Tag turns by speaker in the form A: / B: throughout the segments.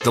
A: The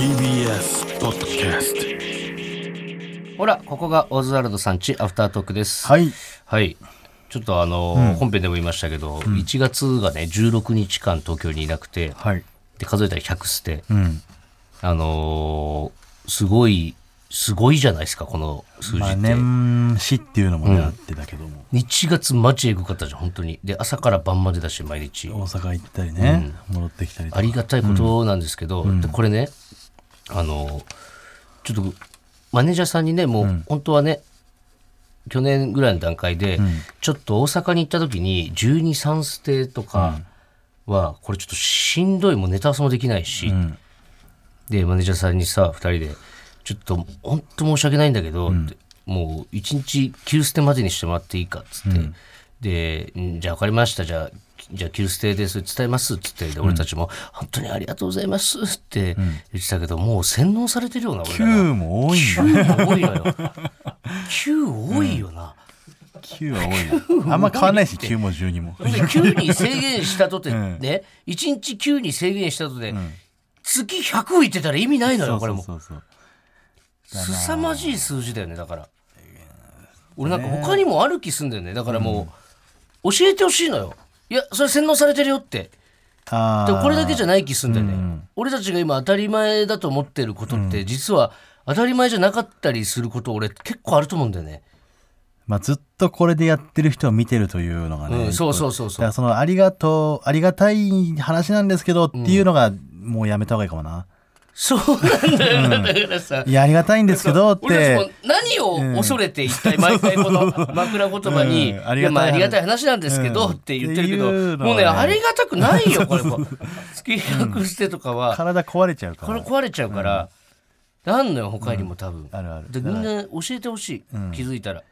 B: TBS ポッドキャスト
C: ほら、ここがオズワルドさんちアフタートークです。
D: はい。
C: はい。ちょっとあの、本編でも言いましたけど、1月がね、16日間東京にいなくて、
D: はい。
C: で数えたら100捨て、あのーすごい、すごいじゃないですか、この数字
D: ま
C: っ
D: あ、
C: て。
D: 年始っていうのもね、あってたけども。
C: 1月マジエグかったじゃん、本当に。で、朝から晩までだし、毎日。
D: 大阪行ったりね、戻ってきたりと
C: あ
D: か。
C: りがたいことなんですけど、でこれね、あの、ちょっと、マネージャーさんにね、もう本当はね、去年ぐらいの段階で、ちょっと大阪に行った時に、12、3ステとかは、これちょっとしんどい、もうネタ合わせもできないし、で、マネージャーさんにさ、2人で、ちょっと、本当申し訳ないんだけど、ってもう1日9ステまでにしてもらっていいかっつって、で、んじゃあ分かりました、じゃあ、じゃあ9ステでそれ伝えますっつって、で俺たちも、本当にありがとうございますって言ってたけど、もう洗脳されてるよな、俺らな。
D: 9も多いんだ。
C: 9多いのよ。9多いよな。
D: 9は多いな。あんま変わんないし、9も12も。
C: で9に制限したとてね、1日9に制限したとて、月100いってたら意味ないのよ、これも。
D: そうそうそう
C: 凄まじい数字だよねだから俺なんか他にもある気すんだよねだからもう、教えてほしいのよいやそれ洗脳されてるよって
D: あ
C: で
D: ー
C: もこれだけじゃない気すんだよね、俺たちが今当たり前だと思ってることって、実は当たり前じゃなかったりすること俺結構あると思うんだよね
D: まあ、ずっとこれでやってる人を見てるというのがね、
C: うんそうそうそうそう
D: だからそのありがとうありがたい話なんですけどっていうのが、もうやめた方がいいかもな
C: そうなんだよ、だからさ
D: いやありがたいんですけどっ
C: 俺たちも
D: て
C: 何を恐れて一体毎回この枕言葉に、
D: うんあ
C: い
D: りがたい
C: やまあありがたい話なんですけど
D: うん
C: って言ってるけ
D: ってい
C: ど、
D: うのはね
C: もうね、ありがたくないよ、これも。 月100捨てとかは、
D: 体壊れちゃうか
C: これ
D: ら
C: 壊れちゃうから、あんのよ、他にも多分。
D: あるある
C: で、みんな教えてほしい、気づいたら。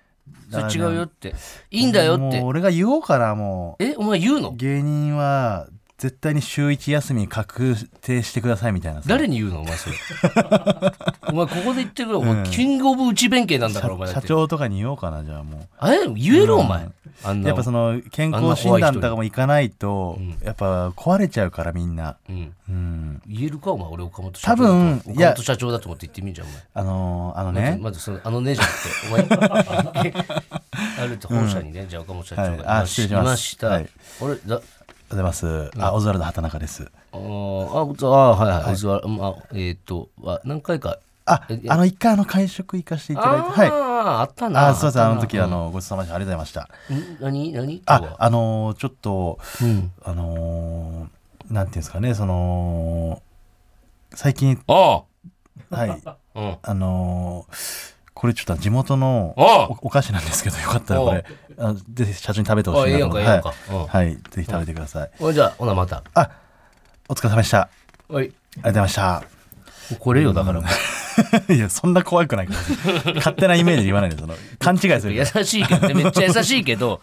C: それ違うよって。い
D: い
C: いんだよっ
D: もう
C: て。
D: 俺が言おうからも
C: え、お前言う
D: う
C: の
D: 芸人は絶対に週一休み確定してくださいみたいなさ
C: 誰に言うのお前 それ。お前ここで言ってくれ。お前キングオブ内弁慶なんだから、お前だ
D: 社
C: って。
D: 長とかに言おうかなじゃあも
C: あれ言えろ、お前。あん
D: う
C: な
D: や
C: の
D: っぱその健康診断とかも行かないと、
C: あんな怖い人
D: やっぱ壊れちゃうからみんな、
C: うん。
D: うん、
C: 言えるかお前俺岡本社長だ
D: 多分
C: と
D: いや
C: 岡本社長だと思って言ってみんじゃんお前
D: あのーあの
C: まず
D: ね
C: まずそのあのねじゃなくてお前あるって本社にね、じゃあ岡本社長が、
D: はいあ
C: 今
D: 失礼します
C: いました、
D: はい
C: 俺だ
D: おはようございます。あ、オズワルド畑中です。
C: あーああはいはい、はい、まあえっ、とあ何回か
D: あ
C: え、え
D: あの、一回あの会食行かせていただいて、
C: あ
D: はい。
C: ああったな
D: あ、すいません、あの時、あ
C: の
D: の、ごちそうさまでした。ありがとうございました。
C: 何何今日
D: あ
C: は、
D: あのー、ちょっと、
C: うん
D: あのー、なんていうんですかね、その、最近、
C: あ
D: はい、
C: あ うん
D: あのー、これちょっと地元の
C: あ
D: おお菓子なんですけど、よかったらこれ、あぜひ社長に食べてほしいなと思っ
C: あ
D: て、
C: いい
D: は
C: や
D: い
C: んかいいやんか
D: はい、ぜひ食べてください。
C: おいじゃあほなまた
D: あ、お疲れ様でした。あ
C: はい
D: りがとうございました。
C: これよだから、
D: いや、そんな怖くないから。勝手なイメージで言わないで、その、勘違いするか
C: 優
D: ら。
C: しいけどねめっちゃ優しいけど、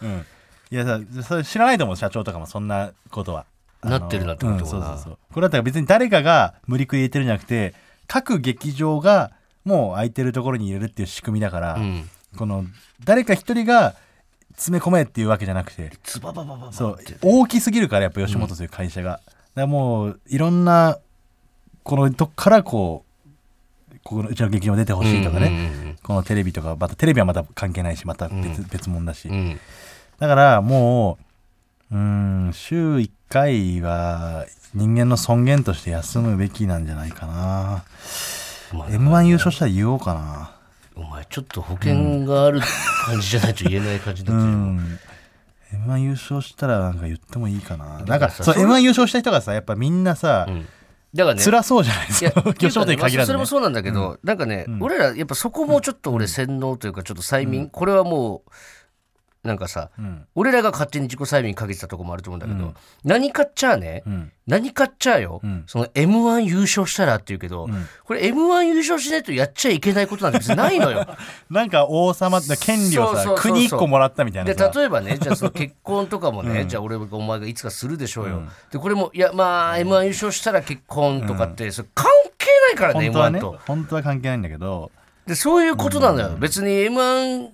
D: いやさそれ知らないと思う社長とかもそんなことはあの
C: なってるなってこと
D: うん
C: か
D: そう
C: な
D: そうそうこれだったら別に誰かが無理くり入れてるんじゃなくて各劇場がもう空いてるところに入れるっていう仕組みだから、
C: うん
D: この誰か一人が詰め込めっていうわけじゃなくて
C: つばばばばば
D: そう大きすぎるからやっぱ吉本という会社が、だからもういろんなこのとこからこうここのうちの劇場出てほしいとかね、このテレビとかまたテレビはまた関係ないしまた別,、別物だし、
C: うんうんうんうん
D: だからもう、うーん、週1回は人間の尊厳として休むべきなんじゃないかな。
C: まあ
D: M1 優勝したら言おうかな。
C: お前ちょっと保険がある感じじゃないと言えない感じだったじゃん
D: うん。M1 優勝したらなんか言ってもいいかな。な
C: か
D: ん
C: ら
D: か、
C: さ
D: そう、
C: それ
D: M1 優勝した人がさ、やっぱみんなさ、
C: だからね
D: 辛そうじゃないで
C: い
D: す
C: や
D: か。 巨匠に
C: っていうかね
D: 限らず、
C: それ
D: ね
C: も。そうなんだけど、なんかね、俺らやっぱそこもちょっと俺洗脳というかちょっと催眠、これはもうなんかさ、
D: ん
C: 俺らが勝手に自己催眠かけてたとこもあると思うんだけど、何かっちゃあね、
D: ん
C: 何かっちゃあよ、その m 1優勝したらって言うけど、これ m 1優勝しないとやっちゃいけないことなんて別にないのよ。
D: なんか王様って権利
C: そう
D: をさ
C: そうそうそう
D: 国1個もらったみたい
C: で
D: なさ
C: 例えばねじゃあその結婚とかもね、じゃあ俺がお前がいつかするでしょうよ、でこれもいやまあ m 1優勝したら結婚とかって、それ関係ないからね
D: 本
C: m
D: 当は
C: 1
D: ね
C: と、
D: 本当は関係ないんだけど
C: でそういうことなのよ、別に m 1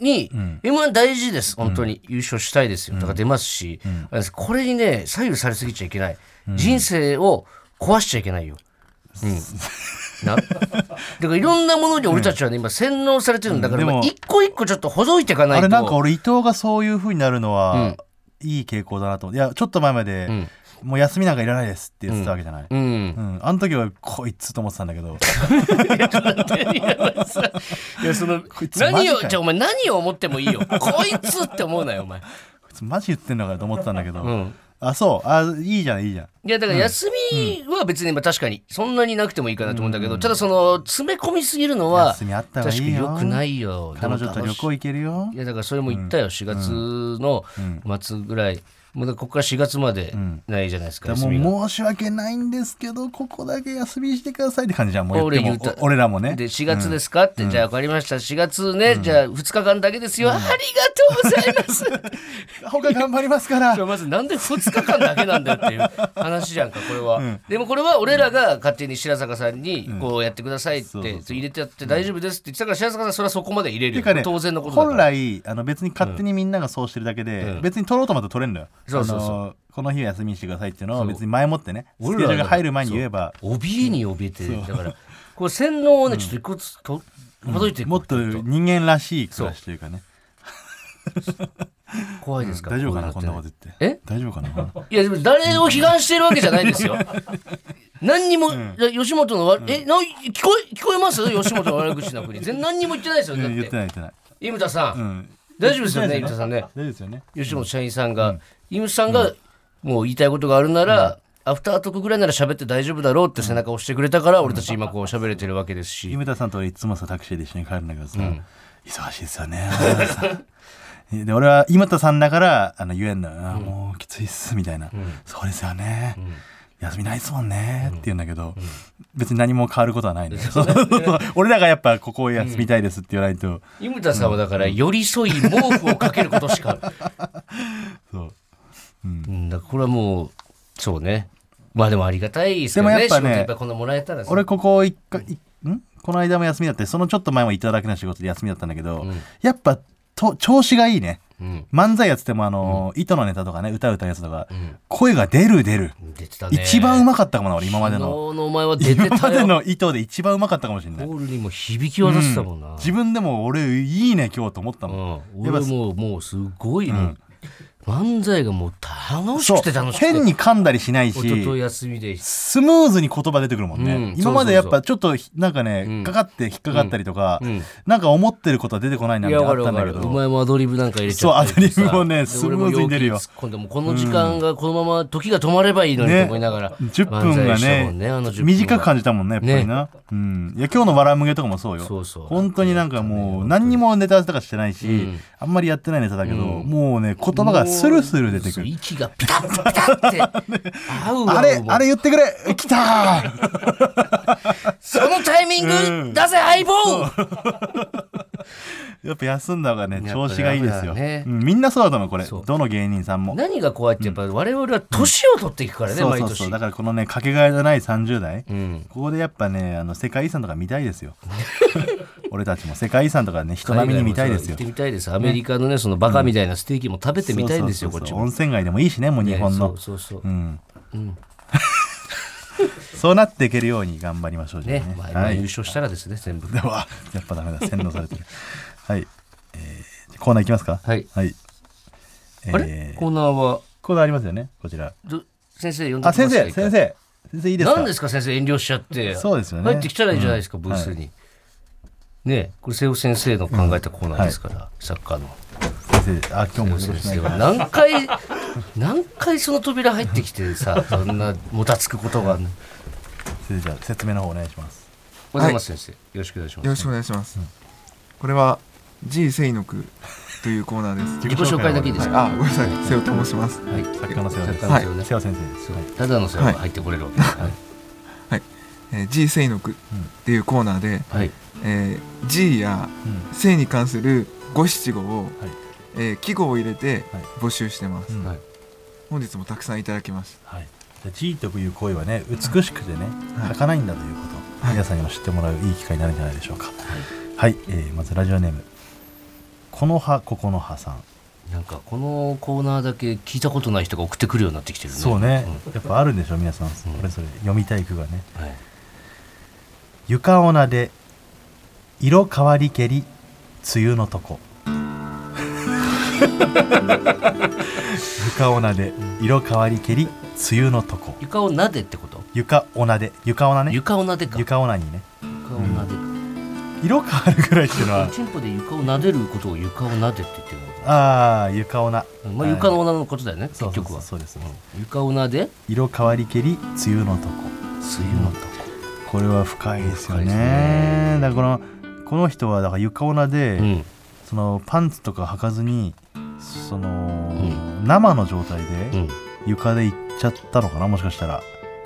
C: に、m 1大事です本当に、優勝したいですよだから出ますし、あれですこれにね左右されすぎちゃいけない、人生を壊しちゃいけないよ、 うん、なだからいろんなものに俺たちはね今洗脳されてるんだから、
D: うんでも
C: まあ一個一個ちょっとほどいていかないと
D: あれなんか俺伊藤がそういう風になるのは、いい傾向だなと思っていやちょっと前まで、もう休みなんかいらないですって言ってたわけじゃない、
C: うん
D: うん、あの時はこいつと思ってたんだけど
C: いやその
D: いつマジ
C: 何を
D: かよ
C: じゃあお前何を思ってもいい よこいつって思うなよお前
D: こいつマジ言ってんのかよと思ってたんだけど、
C: ん
D: あそうあいいじゃんいいじゃん
C: いやだから休みは別にまあ確かにそんなになくてもいいかなと思うんだけど、ただその詰め込みすぎるのは
D: 休みあった
C: 確か
D: 方がいい
C: に
D: よ
C: 良くないよ
D: 彼女と旅行行けるよ
C: いやだからそれも言ったよ、4月の末ぐらい、もうだからここから4月までないじゃないですか、
D: だから
C: 休みが
D: もう申し訳ないんですけどここだけ休みにしてくださいって感じじゃんもう
C: 俺
D: 言っても
C: 言った
D: お俺らもね
C: で4月ですかって、じゃあ分かりました4月ね、じゃあ2日間だけですよ、ありがとうございます
D: 他頑張りますから
C: それまずなんで2日間だけなんだよっていう話じゃんかこれは、でもこれは俺らが勝手に白坂さんにこうやってくださいって
D: そうそう
C: 入れてやって大丈夫ですって言ってたから白坂さんそれはそこまで入れ
D: て
C: る
D: いうか
C: よ
D: ね
C: 当然のことだから
D: 本来あの別に勝手にみんながそうしてるだけで、別に取ろうと思ったら取れるんだよ
C: そうそうそう
D: あのこの日は休みにしてくださいっていうのを別に前もってねスケジ
C: 俺
D: ュー
C: ら
D: ル
C: が
D: が入る前に言えば
C: 怯えに怯えてだからこう洗脳をねちょっと一個ずつとほどいていこう
D: もっと人間らしい暮らしというかね
C: 怖いですから
D: 大丈夫かな
C: こ
D: こ
C: うんいう
D: な
C: のっ
D: こ
C: て
D: と言って
C: え
D: 大丈夫か な
C: いやでも誰を批判してるわけじゃないですよ 何にも、いや吉本の悪えな聞こえ聞こえます吉本の悪口の国全然何にも言ってないですよだっ
D: うん言って
C: て
D: ない言ってない、
C: 井村さん、
D: うん、
C: 大丈夫ですよね
D: 言っ
C: 飯田
D: てない
C: さんね
D: 大丈夫ですよね
C: 吉本社員さんが、井口さんがもう言いたいことがあるなら、アフタートークぐらいなら喋って大丈夫だろうって背中を押してくれたから、俺たち今こう喋れてるわけですし、
D: 井村さんといつもさタクシーで一緒に帰るんだけどさ、忙しいですよね で俺は井村さんだからあの言えんのよ、あーもうきついっすみたいな、そうですよね、休みないっすもんね、って言うんだけど、別に何も変わることはないん だよそうそうそう俺らがやっぱここを休みたいですって言わないと、
C: 井村さんはだから寄り添い毛布をかけることし か、
D: そう
C: うん、だからこれはもうそうねまあでもありがたいですけど
D: でも
C: ね
D: やっぱね
C: 仕事やっぱこのもらえたらさ
D: 俺ここ一回いんこの間も休みだってそのちょっと前もいただけの仕事で休みだったんだけど、やっぱと調子がいいね、
C: ん
D: 漫才やっててもあの、糸のネタとかね歌歌うやつとか、声が出る出る、
C: 出てたね
D: 一番うまかったかもな俺今まで
C: 昨日
D: の
C: のお前は出て
D: 今ま
C: た
D: で
C: よ
D: の糸で一番うまかったかもしれない
C: ボールにも響き渡してたもんな、
D: 自分でも俺いいね今日と思ったもん、
C: うん、俺もうもうすごい、もう漫才がもう楽し
D: そう
C: くて楽しくて
D: 変に噛んだりしないし
C: 一昨日休みで
D: スムーズに言葉出てくるもんね、
C: うん
D: 今まで
C: そ
D: や
C: うそ
D: っ
C: うそう
D: ぱちょっとひなんかね、かかって引っかかったりとか、なんか思ってることは出てこないなみ
C: い
D: た
C: や
D: いなの
C: わ
D: あ
C: か
D: っ
C: る
D: た
C: わか
D: んだけ
C: る
D: ど
C: お前もアドリブなんか入れちゃったりとかさ
D: そうアドリブもね
C: で
D: スムーズに出るよ
C: 俺も陽気突っ込んでもうこの時間がこのまま時が止まればいいのにと
D: ね
C: 思いながら、
D: 10分が
C: 漫才した
D: ね
C: もんあの10分が
D: 短く感じたもんねやっぱりな、うん、いや今日の「わらむげ」とかもそうよ
C: そうそう
D: 本当になんかもう何にもネタ合わせとかしてないし、あんまりやってないネタだけど、もうね言葉がスルスル出てく
C: そう
D: る
C: 息がピタッピタッ て合うわ
D: あれ
C: もう
D: あれ言ってくれ来たー
C: そのタイミング出せ相棒
D: やっぱ休んだ方がね調子がいいです
C: やっぱりダ
D: よ、
C: メだね
D: うんみんなそうだと思うこれ
C: そう
D: どの芸人さんも
C: 何が怖いってやっぱ我々は年を取っていくからね、
D: そう
C: 毎
D: そうそう
C: 年
D: だからこのねかけがえのない30代、
C: ん
D: ここでやっぱねあの世界遺産とか見たいで すよ俺たちも世界遺産とかね人並みに見たいです
C: 海外もそう行
D: よ
C: ってみたいですアメリカのねそのバカみたいなステーキも食べてみたいんですよ
D: そ
C: こっ
D: うそう
C: ち
D: そう
C: も
D: 温泉街でもいいしねもう日本の、
C: ねそうそうそう
D: うん、そうなっていけるように頑張りましょうじゃあ
C: ね
D: ね
C: まあま
D: は
C: あ
D: い、
C: 優
D: で
C: 勝したらですね全部
D: はやっぱダメだ洗脳さ れてるはい、えーコーナーいきますか
C: はい
D: はいえー
C: あれ、コーナーは
D: コーナーありますよねこちら
C: ど先生呼んできま
D: あ
C: すか
D: 先生先生先生いいですか
C: 何ですか先生遠慮しちゃって
D: そうですよね
C: 入ってきたらいいじゃないですか、ブースに、ねえこれ瀬尾先生の考えたコーナーですから、サッカーの
D: 先生あ今日もそうです
C: 先生
D: ね
C: は何回何回その扉入ってきてさそんなもたつくことがあるの
D: 先生じゃあ説明の方お願いします
C: おはようございます先生よろしくお願いします
E: よろしくお願いします。これは G 聖の句というコーナーです。
C: 自己紹介だけいいですか
E: あ、ごめんなさい。瀬尾と申します。
C: はい
D: 作家の瀬尾です
C: 作家の瀬尾ね
D: 瀬尾先生です
C: そうただの世話が入ってこれるわけですね
E: はい。えー、G 聖の句っていうコーナーで、
C: はい
E: えー、G や聖に関する五七五を、
D: はい
E: えー記号を入れて
D: はい
E: 募集してます。
D: うん
C: はい
E: 本日もたくさんいただきまし
D: はい、G という声はね美しくてね
E: はい
D: 儚いんだということ、皆さんにも知ってもらういい機会になるんじゃないでしょうかはい、えーまずラジオネームこの葉ここの葉さん、
C: なんかこのコーナーだけ聞いたことない人が送ってくるようになってきてるね
D: そうね、やっぱあるんでしょ皆さんそれぞれ読みたい句がね
C: はい
D: 「床オナで色変わりけり梅雨のとこ」床オナで色変わりけり梅雨のとこ
C: 床を撫でってこと
D: 床オナで床オナね
C: 床を撫でか
D: 床オナにね
C: 床を撫でる
D: 色変わるぐらいっていう のは
C: チンポで床を撫でることを床を撫でって言ってるのか
D: ああ床オナ
C: なまあ床の女のことだよね
D: そ
C: 結
D: うそう
C: 局
D: そう
C: は
D: そうで
C: う
D: す、
C: ん床を撫で
D: 色変わりけり梅雨のとこ
C: 水のとこ
D: これは深いですよ
C: 深い
D: ね
C: ですね
D: だからこのこの人はだから床オナで、
C: うん
D: そのパンツとか履かずにその、
C: う
D: 生の状態
C: う
D: で
C: ん
D: 床で行っちゃったのかなもしかしたら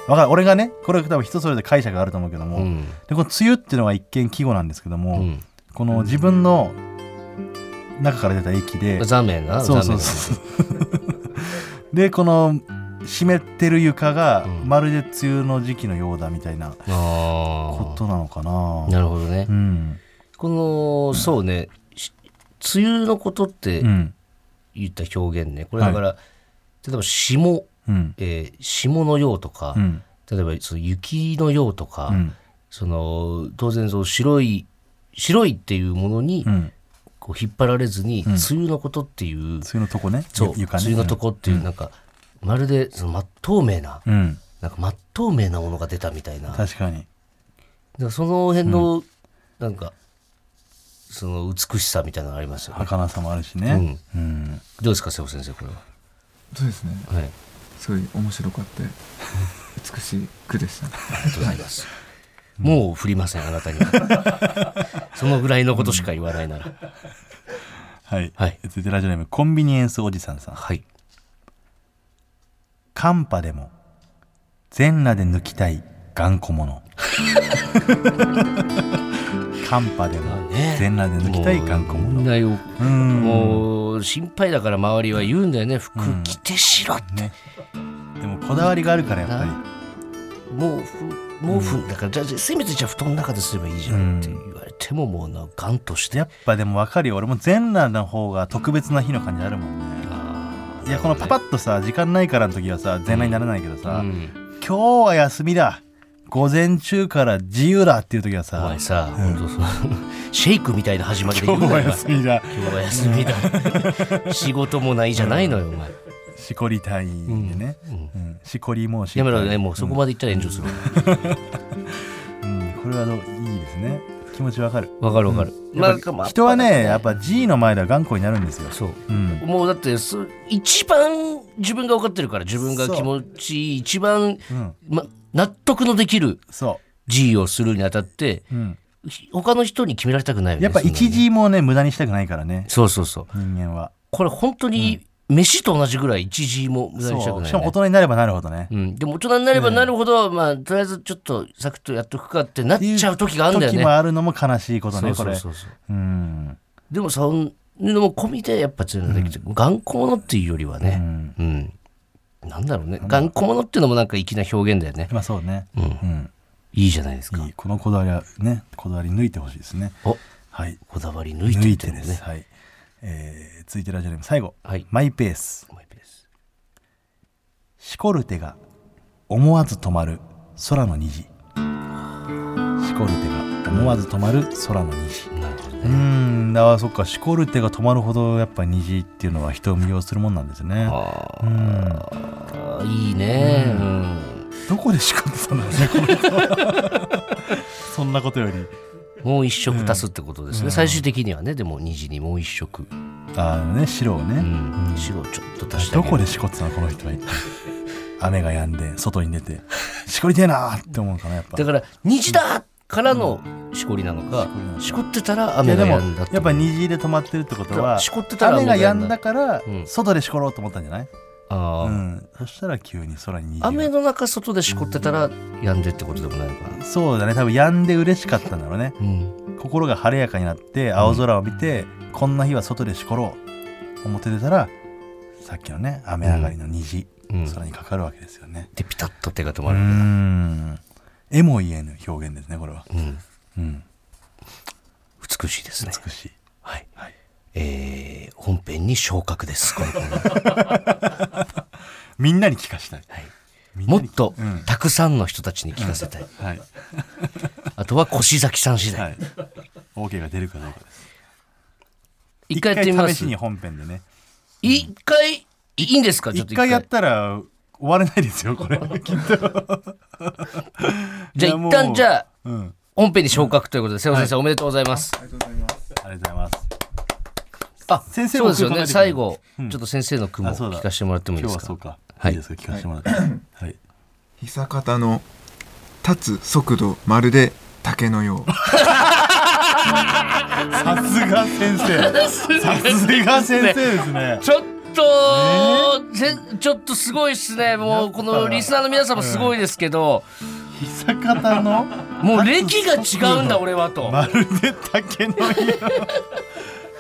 D: わかる俺がねこれは多分人それぞれ解釈があると思うけども、
C: う
D: で
C: ん
D: この梅雨っていうのは一見季語なんですけど
C: う
D: も、
C: ん
D: この自分の中から出た液で、
C: 座面が
D: そうそうそうでこの湿ってる床が
C: うん
D: まるで梅雨の時期のようだみたいな
C: 座面があー
D: ことなのかな
C: なるほどね
D: うん
C: このそうねし梅雨のことって
D: うん
C: 言った表現ねこれだから例えば霜
D: うん
C: えー霜のようとか
D: うん
C: 例えばその雪のようとか、
D: うん
C: その当然その白い白いっていうものに
D: うん梅
C: こう引っ張られずに、
D: ん
C: 梅雨のことっていう
D: 雨のとこね
C: そう、
D: ゆ床ね
C: 梅雨のとこっていうなんか、まるでその真っ透明な、
D: うんうん
C: なんか真っ透明なものが出たみたいなだか
D: 確かに
C: らその辺の、なんかその美しさみたいなのがありますよね。
D: 儚さもあるしねうん
C: どうですか瀬尾先生これは。
E: た。そうですね。
C: はい、
E: すごい面白 かった。美しい句でした。
C: ありがとうございます。もう振りませんあなたには そのぐらいのことしか言わないなら、
D: はい
C: はい
D: 続いてラジオネームコンビニエンスおじさんさん
C: はい
D: 寒波でも全裸で抜きたい頑 固者寒波でも全裸で抜きたい頑固
C: もうみん
D: 者
C: なよ
D: うん
C: もう心配だから周りは言うんだよね服着てしろって、
D: ねでもこだわりがあるからやっぱり
C: もうふ毛布、だからじゃあせめてじゃあ布団の中ですればいいじゃんって言われてももうなガンとして
D: やっぱでも分かるよ俺も全裸の方が特別な日の感じあるもんねいやこのパパッとさ時間ないからの時はさ全裸にならないけどさ、
C: うん
D: 今日は休みだ午前中から自由だっていう時は
C: お
D: さ
C: 前さ、本当そう シェイクみたいな始まりで言
D: 今
C: うなよ
D: 日は
C: お前
D: 休みだ
C: 今日は休み だ仕事もないじゃないのよお前
D: しこり隊員でね、うんしこりもし
C: やめろねもうそこまで言ったら炎上するわ
D: うん、これはどういいですね気持ちわかる
C: わかるわかる、
D: やっぱ人はねやっぱ G の前では頑固になるんですよ
C: そう
D: うん
C: もうだってそ一番自分が分かってるから自分が気持ちいい一番、
D: ん
C: ま、納得のできる
D: そ
C: G をするにあたって、
D: う、うん、
C: ひ他の人に決められたくないよね
D: やっぱ
C: そんなね
D: 1G もね無駄にしたくないからね
C: そうそうそう
D: 人間は
C: これ本当に飯と同じぐらい 1G も無駄にした
D: そ
C: く
D: う
C: な
D: し
C: い、
D: かも
C: ね
D: 大人になればなるほどね
C: うん、でも大人になればなるほど、まあ、とりあえずちょっとサクッとやっとくかってなっちゃう時があるんだよ
D: 時
C: ね
D: もあるのも悲しいこと
C: そ
D: ね
C: う
D: こ
C: そう
D: れ
C: そうそう
D: うん
C: でもそんなのも込みでやっぱ強いのできて、頑固者っていうよりはね、うんなんだろうね頑固者っていうのもなんか粋な表現だよね
D: まあそうねうん
C: いいじゃないですか
D: いいこのこだわりはねこだわり抜いてほしいですね
C: お
D: はい
C: こだわり抜い
D: 抜
C: て
D: い
C: ってて
D: で
C: ね
D: すはいえー続いてラジオネーム最後
C: はい
D: マイペース
C: マイペース
D: しこる手が思わず止まる空の虹しこる手が思わず止まる空の虹
C: なるほど
D: う
C: ね
D: んだからそっかしこる手が止まるほどやっぱ虹っていうのは人を魅了するもんなんですねうん
C: あーいいねうん、
D: どこで仕込んでたんだろうねこの人 そんなことより
C: もう一色足すってことですね、最終的にはねでも2時にもう一色、
D: あのね白をね、
C: うん白をちょっと足してあ
D: ど
C: げる
D: こで仕込んでたのこの人は一体雨が止んで外に出てしこりてえなーって思うかなやっぱ
C: だから「虹だ!」からのしこりなのか
D: しこりなの、か
C: しこってたら
D: いや
C: 雨が
D: でも
C: やんだってい
D: や
C: う
D: っぱ虹で止まってるってことは
C: しこってたら
D: 雨
C: 雨
D: が
C: が
D: 止
C: や
D: ん
C: ん
D: だ
C: だ。
D: から
C: うん
D: 外でしころうと思ったんじゃない、
C: あ
D: う
C: ー
D: ん、そしたら急に空に虹が
C: 雨の中外でしこってたらやんでってことでもないのかな。
D: そうだね多分止んで嬉しかったんだろうね
C: うん。
D: 心が晴れやかになって青空を見て、こんな日は外でしころう表出たらさっきのね雨上がりの虹、
C: うん
D: 空にかかるわけですよね
C: でピタッと手が止
D: う
C: ま
D: ー
C: る。
D: ん絵も言えぬ表現ですねこれは、
C: うん。
D: うん、
C: 美しいですね。
D: 美しい
C: はい。
D: はい
C: えー本編に昇格 です。このコーナー
D: みんなに聞かしたい、
C: はい
D: みんな
C: も
D: に
C: っと
D: うん
C: たくさんの人たちに聞かせたい。
D: はい、
C: あとは越崎さん次
D: は
C: 第。
D: い、OK が出るかどうかです
C: 一回やってみます
D: 一回試しに。本編でね
C: 一回、いいんですかちょっと
D: 一回やったら終われないですよ これきっと
C: じゃあ
D: いやもう
C: 一旦じゃあ、
D: うん
C: 本編に昇格ということで、瀬尾先生おめでとうございます。
E: りがとうございます
D: ありがとうございます
C: あ、
D: 先生
C: そう
D: も
C: ですよ
D: 句考え
C: ね。
D: てくれる
C: 最後、ちょっと先生の句も
D: あそうだ
C: 聞かせてもらってもいい
D: 今
C: です
D: 日はそう
C: か。
D: か、
C: はい
D: いいですか聞かせ てもらってはい
E: 久方の立つ速度まるで竹のよう
D: さすが先 生さすが先生ですね
C: ちょっと、ぜちょっとすごいですね。もうこのリスナーの皆様すごいですけど、
D: 久方の
C: もう歴が違うんだ俺はと。
D: まるで竹のよう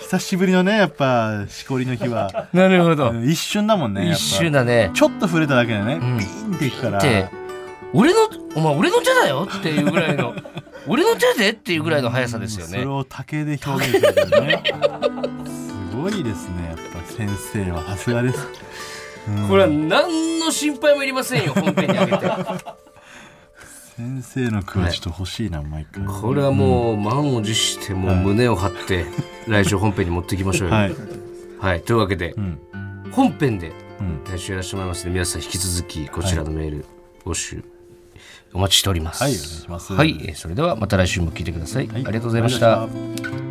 D: 久しぶりのねやっぱしこりの日は
C: なるほど
D: う。ん一瞬だもんねやっぱ
C: 一瞬だね。
D: ちょっと触れただけでね、
C: ん
D: ピーンっていくから
C: って俺のお前俺の手だよっていうぐらいの 俺の手でっていうぐらいの速さですよ
D: それ
C: ね。
D: を竹で表現するんだよねすごいですねやっぱ先生はさすがです
C: これは何の心配もいりませんよ本編にあげて。
D: 先生の句はちょっと欲しいな、毎回
C: これはもう満を持してもう胸を張って来週本編に持っていきましょうよ。
D: は
C: はいい、というわけで
D: うん
C: 本編で
D: うん
C: 来週やらせてもらいますので皆さん引き続きこちらのメール募集お待ちしております。
D: はいお願いします
C: はいえーそれではまた来週も聞いてください。ありがとうございまし
D: ありがとうございました
C: た。